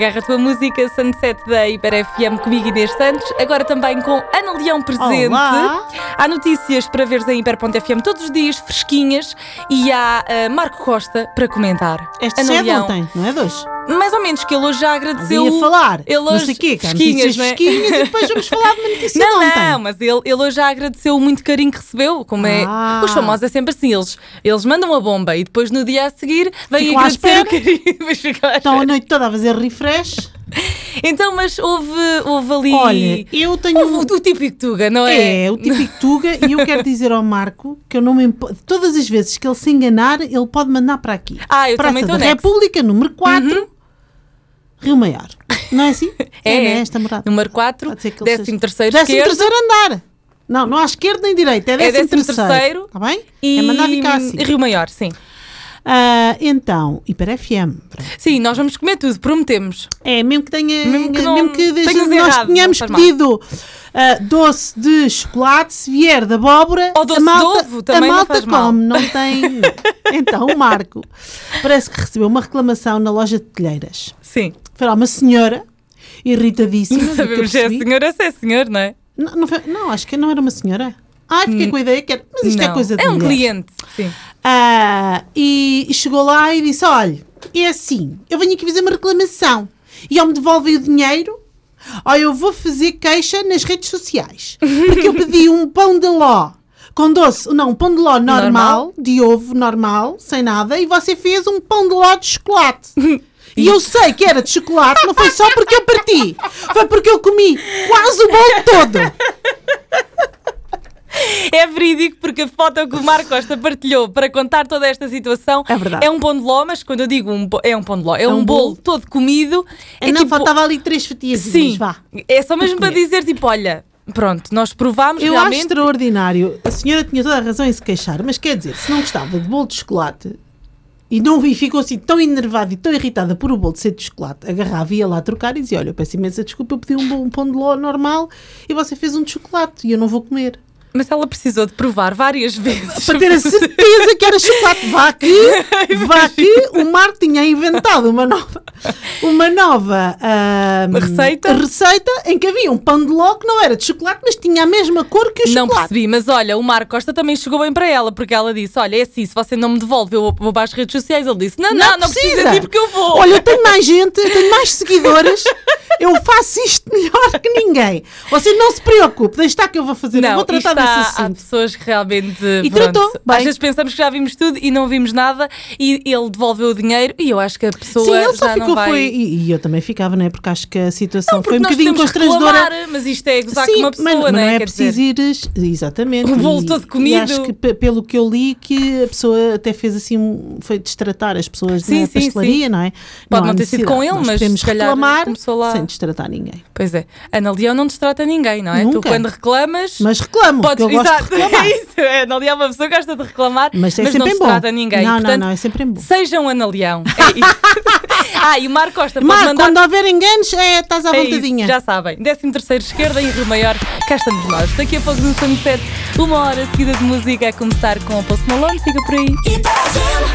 Agarra a tua música Sunset da Hiper FM comigo Inês Santos, agora também com Ana Leão presente. Olá. Há notícias para veres em hiper.fm todos os dias, fresquinhas, e há ah, Marco Costa para comentar. Esta Ana já é de Leão, ontem, não é dois? Mais ou menos, que ele hoje já agradeceu. Havia falar. Ele não hoje- sei o quê, que há fresquinhas, notícias não é? fresquinhas e depois vamos falar de uma notícia Não, de ontem. não, mas ele, ele hoje já agradeceu o muito carinho que recebeu. Como Ah. é? Os famosos é sempre assim, eles, eles mandam a bomba e depois no dia a seguir vêm Ficam à agradecer o espera. Então- carinho. Mas ficam à Estão a espera. noite toda a fazer refresh. Então, mas houve, houve ali. Olha, eu tenho... um Houve o, o típico Tuga, não é? É, o típico Tuga, e eu quero dizer ao Marco que eu não me impo... Todas as vezes que ele se enganar, ele pode mandar para aqui. Ah, eu Praça também da estou nessa. Uhum. República, número 4, Rio Maior. Não é assim? É, é. nesta morada. Número 4, Pode ser que ele 13 terceiro Décimo esquerdo terceiro andar. Não, não há esquerda nem direita, é décimo, décimo terceiro. terceiro. Está bem? e É mandar ficar assim. Rio Maior, sim. Ah, então, Hiper FM. pronto. Sim, nós vamos comer tudo, prometemos. É, mesmo que tenha. Mesmo Mesmo que que, não- desde tenhas nós errado, tenhamos não faz mal. pedido ah, doce de chocolate, se vier de abóbora. Ou doce a de malta, ovo, também A não malta faz mal. come, não tem. então, o Marco parece que recebeu uma reclamação na loja de telheiras. Sim. Foi lá uma senhora, irritadíssima. do que eu Sabemos se é percebi. senhor ou se é senhor, não é? Não, não foi- não, acho que não era uma senhora. Ai, fiquei com a ideia que era. Mas isto é Hum. Não, coisa de É um mulher. cliente. Sim. Ah, e, e chegou lá e disse: Olha, é assim, eu venho aqui fazer uma reclamação e ou me devolvem o dinheiro ou eu vou fazer queixa nas redes sociais. Porque eu pedi um pão de ló com doce, não, um pão de ló normal, Normal. de ovo normal, sem nada, e você fez um pão de ló de chocolate. E eu sei que era de chocolate, não foi só porque eu parti, foi porque eu comi quase o bolo todo. É verídico porque a foto que o Marco Costa partilhou para contar toda esta situação É verdade. um pão de ló, mas quando eu digo um, bo- é um pão de ló, é, um, bolo, bolo. todo comido. é não, tipo- faltava ali três fatias, Sim, vá. é só mesmo para comer. dizer tipo, olha, pronto, nós provámos Eu acho realmente. extraordinário. A senhora tinha toda a razão em se queixar, mas quer dizer, se não gostava de bolo de chocolate e não e ficou assim tão enervada e tão irritada por o bolo de ser de chocolate, agarrava e ia lá trocar e dizia: Olha, eu peço imensa desculpa, eu pedi um, bom- um pão de ló normal e você fez um de chocolate e eu não vou comer. Mas ela precisou de provar várias vezes. Para ter a certeza que era chocolate, vá que, vá que o Marco tinha inventado uma nova, uma nova ahm, Receita? receita em que havia um pão de ló que não era de chocolate, mas tinha a mesma cor que o Não chocolate. percebi, mas olha, o Marco Costa também chegou bem para ela, porque ela disse: Olha, é assim, se você não me devolve, eu vou- vou para as redes sociais. Ele disse: Ah, Não, não, não, precisa, de ir porque eu vou. é Olha, eu tenho mais gente, eu tenho mais seguidores. Eu faço isto melhor que ninguém. Você não se preocupe, deixa estar que eu vou fazer. eu vou tratar isto há- desse Há assunto. pessoas que realmente. E pronto, tratou, bem. Às vezes pensamos que já vimos tudo e não vimos nada, e ele devolveu o dinheiro, e eu acho que a pessoa. Sim, já ele só não ficou. vai... Foi, e, e eu também ficava, não é? Porque acho que a situação Não, porque foi um nós bocadinho temos que constrangedora. reclamar, mas isto é gozar Sim, com uma pessoa, mas, mas não é? Quer preciso dizer, ires. Exatamente. O bolo e- todo E comido. acho que, pe- pelo que eu li, que a pessoa até fez assim. um- Foi destratar as pessoas Sim, na sim, pastelaria, não é? Pode há não ter sido com necessidade. ele, Nós mas podemos se calhar reclamar começou lá. sem destratar ninguém. Pois é, Ana Leão não destrata ninguém, não é? Tu Nunca. quando reclamas. Mas reclamo, porque Podes, eu gosto exato, de reclamar. é isso. É, Ana Leão é uma pessoa que gosta de reclamar, Mas é não sempre bom. destrata ninguém. Não, Portanto, não, não, é sempre bom. Sejam Ana Leão. É isso. ah, e o Marco Costa pode Mas mandar quando houver enganos, é, estás à É isso, vontadinha. já sabem. 13 terceiro esquerda e Rio Maior, cá estamos nós. Daqui a pouco no Sunset, uma hora seguida de música a começar com a Post Malone. Fica por aí. Hiper FM.